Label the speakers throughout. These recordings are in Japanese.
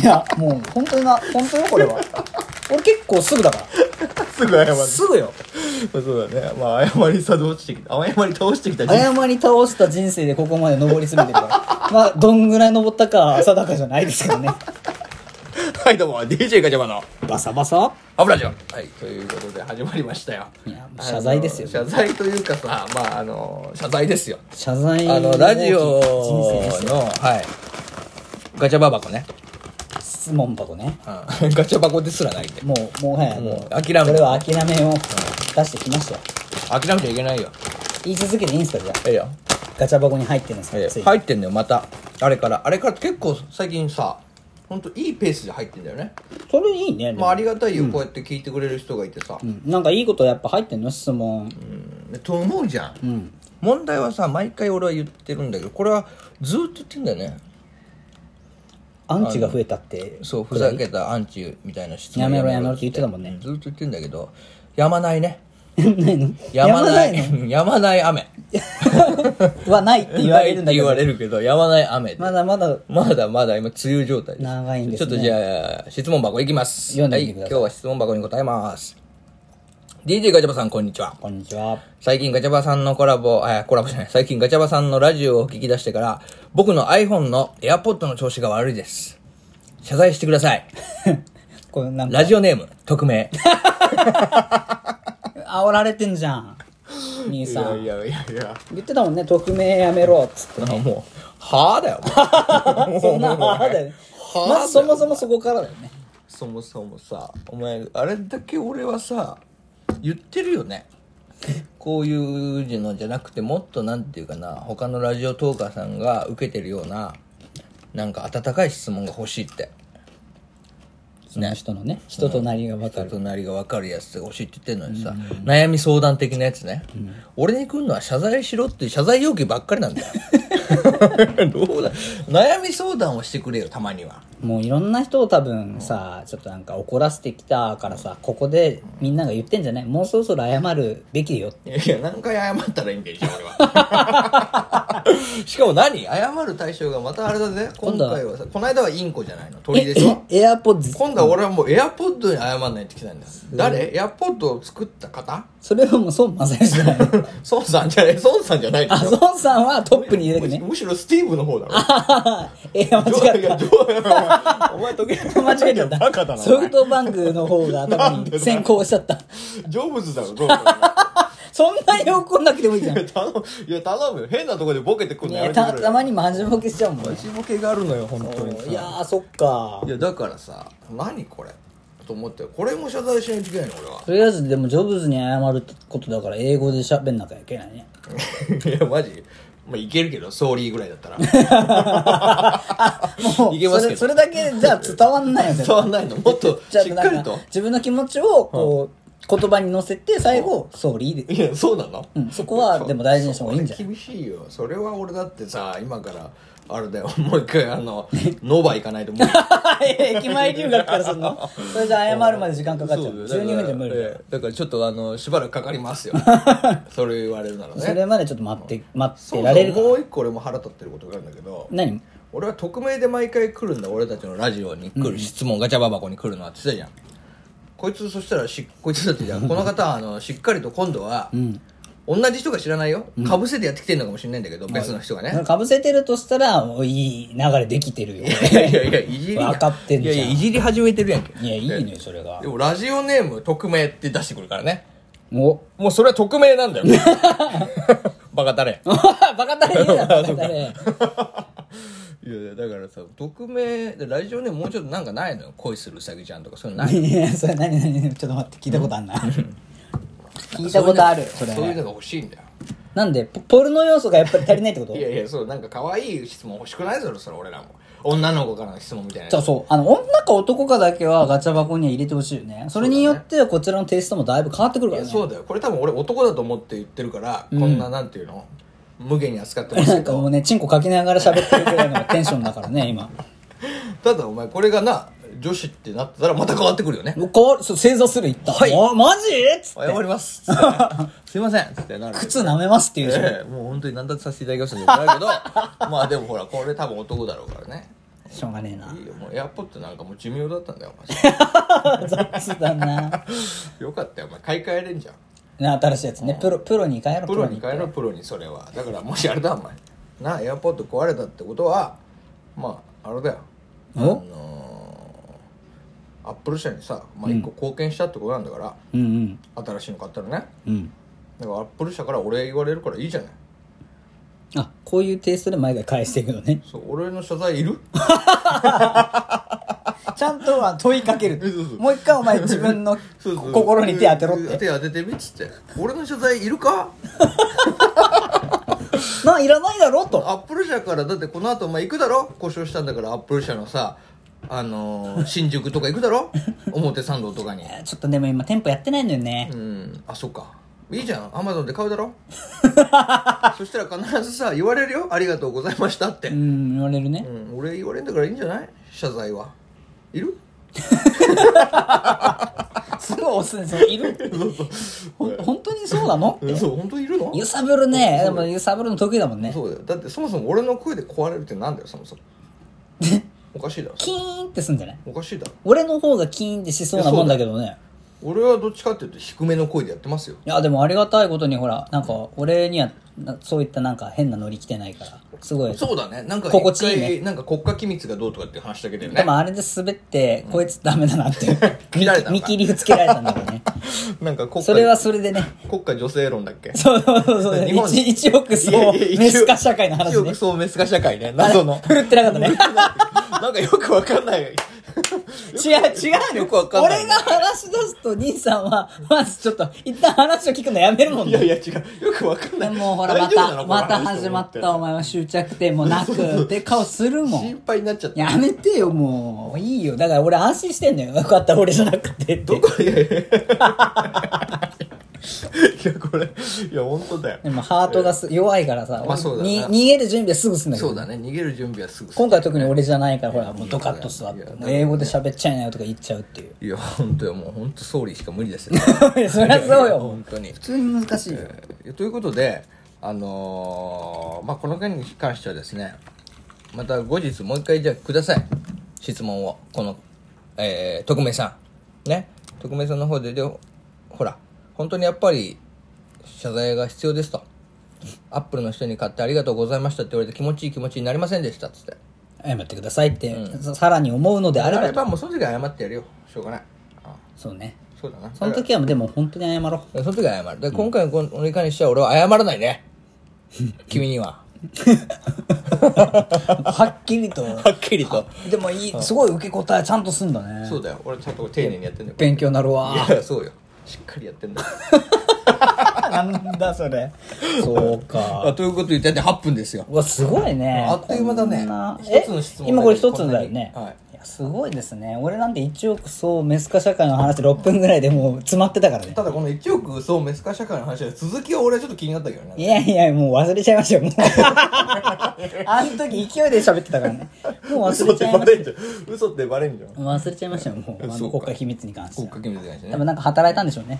Speaker 1: いや、もう、本当にな、本当よ、これ は。俺結構すぐだか
Speaker 2: すぐ謝る
Speaker 1: ら。すぐよ。
Speaker 2: そうだねまあ謝りさ落ちてきた謝り倒してきた人生
Speaker 1: 誤り倒した人生でここまで登り詰めてる から。まあ、どんぐらい登ったか定かじゃないですけどね。
Speaker 2: はいどうも DJ ガチャバの
Speaker 1: バサバサ
Speaker 2: アブラジオはいということで始まりましたよ
Speaker 1: いや謝罪ですよ
Speaker 2: あの謝罪というかさまああの謝罪ですよ
Speaker 1: 謝罪
Speaker 2: あのラジオ
Speaker 1: 人生ですよ
Speaker 2: のはいガチャババコね、
Speaker 1: 質問箱ね。
Speaker 2: うん、ガチャバコですらないんで
Speaker 1: もう、もうはや、
Speaker 2: もう
Speaker 1: もう、
Speaker 2: 諦め
Speaker 1: これは諦めを出してきましたよ。
Speaker 2: 諦めちゃいけないよ
Speaker 1: 言い続けていいんですか、じゃあ。
Speaker 2: ええよ
Speaker 1: ガチャ箱に入ってるんですか
Speaker 2: え
Speaker 1: つい
Speaker 2: えよ
Speaker 1: に
Speaker 2: 入ってんだよまたあれからあれから結構最近さ本当いいペースで入ってんだよね、
Speaker 1: それいいね。でも
Speaker 2: まあ、ありがたいよ、こうやって聞いてくれる人がいてさ、
Speaker 1: うんなんかいいことやっぱ入ってんの質問。
Speaker 2: うんと思うじゃん、
Speaker 1: うん。
Speaker 2: 問題はさ毎回俺は言ってるんだけどこれはずーっと言ってんだよね
Speaker 1: アンチが増えたって。
Speaker 2: そうふざけたアンチみたいな質問
Speaker 1: やめろやめろって言ってたもんね
Speaker 2: うずーっと言ってんだけどやまないね
Speaker 1: ないの
Speaker 2: やまない
Speaker 1: や
Speaker 2: うんやまない雨
Speaker 1: の はないって言われるんだけ
Speaker 2: 言
Speaker 1: ど。
Speaker 2: われるけどやまない雨
Speaker 1: まだまだ
Speaker 2: まだまだ今梅雨状態です
Speaker 1: 長いんですね
Speaker 2: ちょっとじゃあ質問箱いきます
Speaker 1: 読んでみてください
Speaker 2: はい、今日は質問箱に答えます DJ ガチャバさんこんにちは
Speaker 1: こんにちは。
Speaker 2: 最近ガチャバさんのコラボ、えーコラボじゃない、最近ガチャバさんのラジオを聞き出してから、僕の iPhone の AirPod の調子が悪いです。謝罪してください。
Speaker 1: これなんか、
Speaker 2: ラジオネーム、匿名。
Speaker 1: 煽られてんじゃん。兄さん。
Speaker 2: やいやいや。
Speaker 1: 言ってたもんね、匿名やめろ、っつって。
Speaker 2: あもう、はぁだ よ。
Speaker 1: そんな、あだよね。
Speaker 2: はあ
Speaker 1: まずそもそもそこからだよね。
Speaker 2: そもそもさ、お前、あれだけ俺はさ、言ってるよね。こういうのじゃなくて、もっとなんていうかな、他のラジオトーカーさんが受けてるような、なんか温かい質問が欲しいって。
Speaker 1: その人のね、人となりが分かる。
Speaker 2: 隣が分かるやつが欲しいって言ってんのにさ、悩み相談的なやつね、俺に来るのは謝罪しろっていう謝罪要求ばっかりなんだよどうだ悩み相談をしてくれよたまには
Speaker 1: もういろんな人を多分さ、ちょっとなんか怒らせてきたからさ、ここでみんなが言ってんじゃないもうそろそろ謝るべきよって。
Speaker 2: いやいや何回謝ったらいいんだよ俺は しかも何謝る対象がまたあれだぜ今回はさこの間はインコじゃないの鳥でしょ
Speaker 1: エアポッズ。
Speaker 2: 今度は俺はもうエアポッドに謝んないといけないんだよ誰エアポッドを作った方
Speaker 1: それはもう孫正義じゃない。
Speaker 2: 孫さんじゃない孫さんじゃないで
Speaker 1: あ、
Speaker 2: しょ
Speaker 1: 孫さんはトップに入れて
Speaker 2: むし
Speaker 1: ね。
Speaker 2: むしろスティーブの方だろ
Speaker 1: え、間
Speaker 2: どうや
Speaker 1: 違った。
Speaker 2: どうやお前時 計
Speaker 1: 間違えちゃった。
Speaker 2: バカだな。
Speaker 1: ソフトバンクの方が頭に先行しちゃった。
Speaker 2: ジョブズだろ、どうだ
Speaker 1: そんなに怒んなくてもいいじゃん。い
Speaker 2: 頼む。いや、頼むよ。変なとこでボケてくんのや
Speaker 1: や、
Speaker 2: めてくれ
Speaker 1: た、
Speaker 2: よ。
Speaker 1: たまにマジボケしちゃうもんね。
Speaker 2: ジボケがあるのよ、本当にさ。
Speaker 1: いやー、そっか
Speaker 2: い。や、だからさ、何これと思って、これも謝罪しないといけないの、俺は。
Speaker 1: とりあえず、でも、ジョブズに謝るってことだから、英語で喋んなきゃいけないね。
Speaker 2: いや、マジ。まあ、いけるけど、ソーリーぐらい だったら。
Speaker 1: あ、もう、
Speaker 2: いけま
Speaker 1: そ
Speaker 2: すけ
Speaker 1: れ
Speaker 2: ど
Speaker 1: それだけじゃ 伝わんないよね。
Speaker 2: 伝わん ないの。もっと、
Speaker 1: じゃあ
Speaker 2: しっ
Speaker 1: な
Speaker 2: かり
Speaker 1: ん
Speaker 2: と
Speaker 1: か。自分の気持ちをこう、言葉に乗せて最後「ソーリー」で、
Speaker 2: いや、そうなの
Speaker 1: うん、そこはでも大事にした方がいいんじゃない
Speaker 2: 厳しいよそれは俺だってさ今からあれだよ もう一回あのノバ行かないともう
Speaker 1: 駅前留学からする のそれじゃあ 謝るまで時間かかっちゃう
Speaker 2: そうだよ
Speaker 1: 12分じゃ無理
Speaker 2: だからええだからちょっとあのしばらくかかりま すよそれ言われるならね
Speaker 1: それまでちょっと待って待っ
Speaker 2: そ
Speaker 1: て
Speaker 2: う
Speaker 1: ら
Speaker 2: そ
Speaker 1: れ
Speaker 2: う
Speaker 1: るか
Speaker 2: もう一個俺も腹立ってることがあるんだけど
Speaker 1: 何
Speaker 2: 俺は匿名で毎回来るんだ俺たちのラジオに来る質問ガチャババコに来るのはって言ってたじゃんこいつそしたらしこいつだってじゃんこの方はあのしっかりと今度は同じ人が知らないよかぶせてやってきてるのかもしれないんだけど別の人がね
Speaker 1: かぶせてるとしたらもういい流れできてるよ
Speaker 2: いやいやいや、いじり。
Speaker 1: 分かってんじゃん
Speaker 2: いやいや、いじり始めてるやんけ。
Speaker 1: いやいいねそれが
Speaker 2: でも、ラジオネーム、匿名って出してくるからね。
Speaker 1: お
Speaker 2: もうそれは匿名なんだよ。バカたれ。
Speaker 1: バカだねいいなバカだ ね
Speaker 2: いやいや、だからさ、匿名、でラジオネームもうちょっとなんかないのよ。恋するうさぎちゃんとか、そういうのない。
Speaker 1: いやそれ何何ちょっと待って聞いたことあんな聞いたことあるそ
Speaker 2: そうい
Speaker 1: れ
Speaker 2: うのが欲しいんだよ。
Speaker 1: なんでポポルノ要素がやっぱり足りないってこと
Speaker 2: いやいや、そう、なんか可愛い質問欲しくないぞ、それ俺らも。女の子からの質問みたいなやつ。
Speaker 1: じゃあそう、あの、女か男かだけはガチャ箱には入れてほしいよね。それによってはこちらのテイストもだいぶ変わってくるか
Speaker 2: い
Speaker 1: ら
Speaker 2: や
Speaker 1: ね。
Speaker 2: そうだよ。これ多分俺男だと思って言ってるから、こんな、なんていうの無限に扱ってます
Speaker 1: な
Speaker 2: け
Speaker 1: んか
Speaker 2: ど。
Speaker 1: もうね、チンコかきながら喋ってるぐらいのテンションだからね、今。
Speaker 2: ただお前、これがな、女子ってなったらまた変わってくるよね。
Speaker 1: 変わる、そう、正座する言った。
Speaker 2: はい
Speaker 1: おマジっつって。
Speaker 2: 謝りま すっつってねすいませんっつってなる
Speaker 1: 靴舐めますって言うでしょ。
Speaker 2: ええもう本当に何だってさせていただきましたけどだけどまあでもほらこれ多分男だろうからね
Speaker 1: しょうがねえな。
Speaker 2: いいよもうエアポッドなんかもう寿命だったんだよお前
Speaker 1: 雑だな。
Speaker 2: よかったよお前買い替えれんじゃん
Speaker 1: な新しいやつね。プロ、プロに変えろ、
Speaker 2: プロに変えろプロにそれはだからもしあれだお前なエアポッド壊れたってことはまああれだよあ
Speaker 1: お
Speaker 2: のーアップル社にさ、まあ、一個貢献したってことなんだから、
Speaker 1: うん
Speaker 2: 新しいの買ったらね
Speaker 1: うん。うん。
Speaker 2: だからアップル社から俺言われるからいいじゃない
Speaker 1: あ、こういうテイストで毎回返していくのね。
Speaker 2: そう俺の謝罪いる
Speaker 1: ちゃんとは問いかける
Speaker 2: そうそう。
Speaker 1: もう一回お前自分の
Speaker 2: そうそう
Speaker 1: 心に手当てろって。
Speaker 2: 手当ててみっつって俺の謝罪いるか
Speaker 1: な、いらないだろと。
Speaker 2: アップル社からだってこの後お前行くだろ故障したんだからアップル社のさあのー新宿とか行く だろ表参道とかに
Speaker 1: えーちょっとでも今店舗やってないのよね
Speaker 2: う。んあそっかいいじゃんアマゾンで買う だろそしたら必ずさ言われるよありがとうございましたって
Speaker 1: う、ん、言われる
Speaker 2: う
Speaker 1: ね。
Speaker 2: ん、俺言われんだからいいんじゃない謝罪はいる
Speaker 1: すごい押すね。そのいるほん本当にそうなの
Speaker 2: えそう本当にいるの
Speaker 1: 揺さぶるね。でも揺さぶるの得意だもんね。
Speaker 2: そうだよだってそもそも俺の声で壊れるってなんだよそもそもおかしいだろ
Speaker 1: キーンってすんじゃない
Speaker 2: おかしいだろ
Speaker 1: 俺の方がキーンってしそうなもんだけどね。
Speaker 2: 俺はどっちかっていうと低めの声でやってますよ
Speaker 1: いや、でもありがたいことに、ほら、なんか、俺には、なそういったなんか変なノリ来てないから、すごい。
Speaker 2: そうだねなんか
Speaker 1: 心地いいね
Speaker 2: 一回なんか国家機密がどうとかって話だけだよ
Speaker 1: で
Speaker 2: ね
Speaker 1: もあれで滑って、こいつダメだな って、
Speaker 2: 切られたのか
Speaker 1: 見切りをつけられたんだろうね。
Speaker 2: なんか国家
Speaker 1: それはそれでね。
Speaker 2: 国家女性論だっけ
Speaker 1: そうそうそうそう。
Speaker 2: 日本
Speaker 1: 一一億
Speaker 2: いや
Speaker 1: 総
Speaker 2: いや一応
Speaker 1: メス化社会の話
Speaker 2: 一
Speaker 1: ね
Speaker 2: 応。そうメス化社会ね謎の
Speaker 1: あれ振るってなか ったね
Speaker 2: 振るってなかったなんかよくわかんない違う
Speaker 1: 違う違う
Speaker 2: よくわかんない
Speaker 1: 俺が話し出すと兄さんはまずちょっと一旦話を聞くのやめるもん
Speaker 2: い
Speaker 1: ね
Speaker 2: やいや違うよくわかんない
Speaker 1: もうほらま
Speaker 2: 大丈夫な
Speaker 1: た
Speaker 2: の
Speaker 1: また
Speaker 2: この話
Speaker 1: 始まっ
Speaker 2: と
Speaker 1: たお
Speaker 2: 思
Speaker 1: 前は終着点もなくって顔するも
Speaker 2: て
Speaker 1: ん
Speaker 2: 心配になっちゃった
Speaker 1: やめてよもういいよだから俺安心してんのよよかった俺じゃなくてって
Speaker 2: どこ いやいやいやこれいや本当だよ
Speaker 1: でもハートがす弱いからさ、
Speaker 2: まあそうだな
Speaker 1: に逃げる準備はすぐすんだけど
Speaker 2: そうだね逃げる準備はすぐする
Speaker 1: 今回特に俺じゃないからほらもうドカッと座っ
Speaker 2: いや
Speaker 1: て
Speaker 2: だから
Speaker 1: もう英語で喋っちゃいなよとか言っちゃうっていう
Speaker 2: いや本当よもう本当総理しか無理 ですよ
Speaker 1: そりゃそうよ
Speaker 2: 本当に
Speaker 1: 普通に難しいよ
Speaker 2: えーということで、あのーまあ、この件に関してはですね、また後日もう一回じゃあください。質問を。この、えー、特命さん。ね。特命さんの方で、で、ほら、本当にやっぱり、謝罪が必要ですと。アップルの人に買ってありがとうございましたって言われて気持ちいい気持ちになりませんでしたっつって。
Speaker 1: 謝ってくださいって、さらに思うのであれ
Speaker 2: あ
Speaker 1: ば
Speaker 2: ればもうその時は謝ってやるよ。しょうがない。あ
Speaker 1: そうね
Speaker 2: そうだな。
Speaker 1: その時はでも本当に謝ろう
Speaker 2: その時は謝る。で、今回のこの、俺に関しては俺は謝らな いね。君には。
Speaker 1: はっきりと
Speaker 2: はっきりと。
Speaker 1: でもいいすごい受け答えちゃんとすんだね
Speaker 2: そうだよ。俺ちゃんと丁寧にやってんだよ。
Speaker 1: 勉強なるわ
Speaker 2: いや、そうよ。しっかりやってんだよ。
Speaker 1: なんだそれそうか
Speaker 2: あということで、だって8分ですよ。
Speaker 1: うわすごいね
Speaker 2: あっという間だね
Speaker 1: こんな
Speaker 2: 一
Speaker 1: え
Speaker 2: つの質問だけで
Speaker 1: 今これ一つだよね
Speaker 2: こんなにはい
Speaker 1: いやすごいですね俺なんて1億総メス化社会の話6分ぐらいでもう詰まってた からね
Speaker 2: ただこの1億総メス化社会の話は続きは俺はちょっと気になったけど
Speaker 1: い
Speaker 2: ね。
Speaker 1: やいやもう忘れちゃいましたよ もうあの時勢いで喋ってたからねもう忘れちゃいまし
Speaker 2: んじゃん。嘘ってバレんじゃん。
Speaker 1: た忘れちゃいましたよもうあ
Speaker 2: そ
Speaker 1: の
Speaker 2: うか
Speaker 1: 国家秘密に関して
Speaker 2: 国
Speaker 1: は
Speaker 2: 家機密ないし
Speaker 1: 多
Speaker 2: ね。
Speaker 1: 分なんか働いたんでしょうね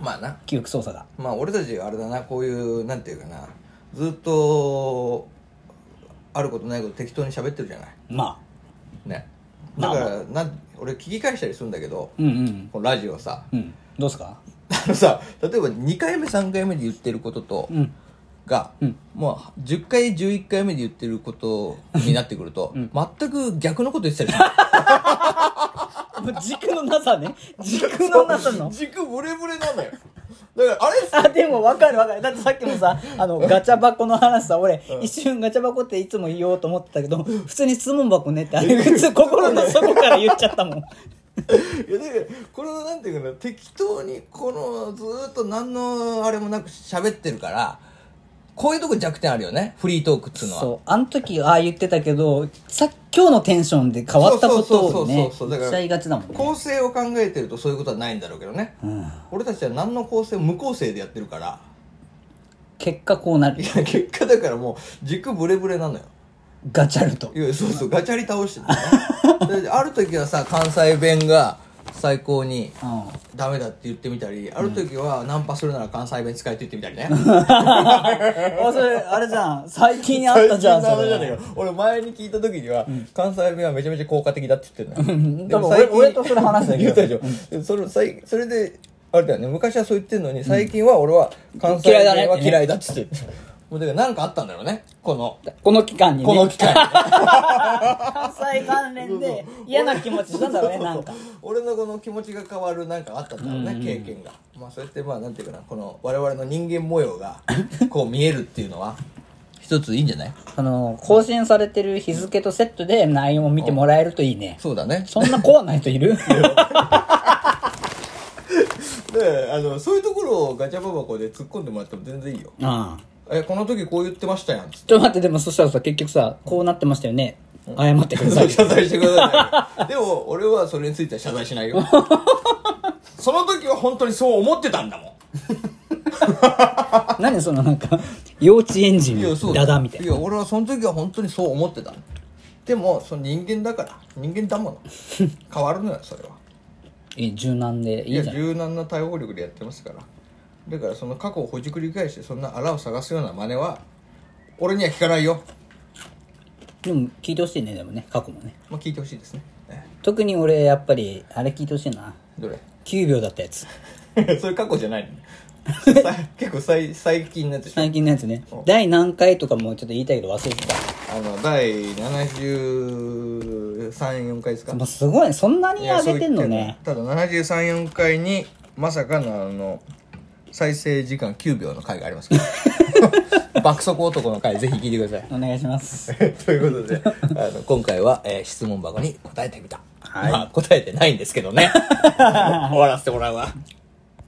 Speaker 2: まあな。
Speaker 1: 記憶操作が
Speaker 2: まあ俺たちあれだな、こういう、なんていうかな。ずっと、あることないこと適当に喋ってるじゃない。
Speaker 1: ま
Speaker 2: ね。だから、なん俺聞き返したりするんだけど、
Speaker 1: あうんうん
Speaker 2: このラジオさ。
Speaker 1: うんどうすか
Speaker 2: あのさ、例えば2回目、3回目で言ってることと、
Speaker 1: うん
Speaker 2: が、もう10回、11回目で言ってることになってくると、全く逆のこと言ってた りする。
Speaker 1: もう軸のなさね軸のなさの
Speaker 2: 軸ブレブレなのよ。だから、あ
Speaker 1: あ
Speaker 2: れ
Speaker 1: でも分かる分かるだってさっきもさあのガチャ箱の話さ俺、一瞬ガチャ箱っていつも言おうと思ってたけど普通に質問箱ねってあれ普通心の底から言っちゃったもん
Speaker 2: いやだからこれはなんていうかな適当にこのずーっと何のあれもなく喋ってるからこういうとこ弱点あるよねフリートークっつうのは
Speaker 1: そうあの時ああ言ってたけどさ今日のテンションで変わったことをね
Speaker 2: そうそうそうそうそうだ
Speaker 1: 言
Speaker 2: から
Speaker 1: っちゃいがちだもんね
Speaker 2: 構成を考えてるとそういうことはないんだろうけどね、
Speaker 1: ん
Speaker 2: 俺たちは何の構成も無構成でやってるから
Speaker 1: 結果こうないる
Speaker 2: や結果だからもう軸ブレブレなのよ
Speaker 1: ガチャると
Speaker 2: いやそうそうガチャリ倒してる、ね、だってある時はさ関西弁が最高に
Speaker 1: うん
Speaker 2: ダメだって言ってみたり、ある時はナンパするなら関西弁使えって言ってみたりね。
Speaker 1: あそれあれじゃん最近あったじゃん
Speaker 2: 最近の話
Speaker 1: そ
Speaker 2: だ
Speaker 1: れ
Speaker 2: よ俺前に聞いた時には、関西弁はめちゃめちゃ効果的だって言ってるの
Speaker 1: 多
Speaker 2: よ。
Speaker 1: 分
Speaker 2: でも最近
Speaker 1: 俺俺とそれ話したけ
Speaker 2: 言っ
Speaker 1: ど
Speaker 2: たでしょ。でそれ最それで、あれだよね、昔はそう言ってんのに、最近は俺は関西
Speaker 1: 嫌いだね
Speaker 2: 弁は嫌いだって言ってる。もうだからなんかあったんだろうね、この、
Speaker 1: この期間にね
Speaker 2: この機会。
Speaker 1: 関西関連で嫌な気持ちしたんだろうねなんか
Speaker 2: 俺のこの気持ちが変わるなんかあったんだろうね、経験がまあそうやってまあなんていうかなこの我々の人間模様 がこう見えるっていうのは一ついいんじゃない
Speaker 1: その更新されてる日付とセットで内容を見てもらえるといいね
Speaker 2: そうだね
Speaker 1: そんな怖ない人いる
Speaker 2: であのそういうところをガチャババコで突っ込んでもらっても全然いいよ
Speaker 1: ああ
Speaker 2: えこの時こう言ってましたやんつって
Speaker 1: ちょっと待ってでもそしたらさ結局さこうなってましたよね謝ってくださ い
Speaker 2: 謝罪してくださいねでも俺はそれについては謝罪しない よその時は本当にそう思ってたんだもん
Speaker 1: 何そのなんか幼稚園児
Speaker 2: いやそ
Speaker 1: の
Speaker 2: うだ
Speaker 1: ダダみたい
Speaker 2: いや俺はその時は本当にそう思ってたでもその人間だから人間 だもの変わるのよそれは
Speaker 1: ないや柔軟でいいじゃん
Speaker 2: 柔軟な対応力でやってますからだからその過去をほじくり返してそんなあらを探すような真似は俺には聞かないよ
Speaker 1: でも聞いてほしいねでもね過去もね
Speaker 2: まあ聞いてほしいですねね
Speaker 1: 特に俺やっぱりあれ聞いてほしいな
Speaker 2: どれ
Speaker 1: 9秒だったやつ
Speaker 2: それ過去じゃないのね さ結構最最近のやつでしょ
Speaker 1: 最近のやつね第何回とかもちょっと言いたいけど忘れてた
Speaker 2: あの第734回ですか
Speaker 1: もうすごいそんなに
Speaker 2: いや
Speaker 1: 上げてんのね
Speaker 2: そう言ってんのただ734回にまさかのあの再生時間9秒の回がありますから 爆速男の回ぜひ聞いてください
Speaker 1: お願いします
Speaker 2: ということであの今回は、えー質問箱に答えてみた、
Speaker 1: はい
Speaker 2: まあ、答えてないんですけどね終わらせてもらうわ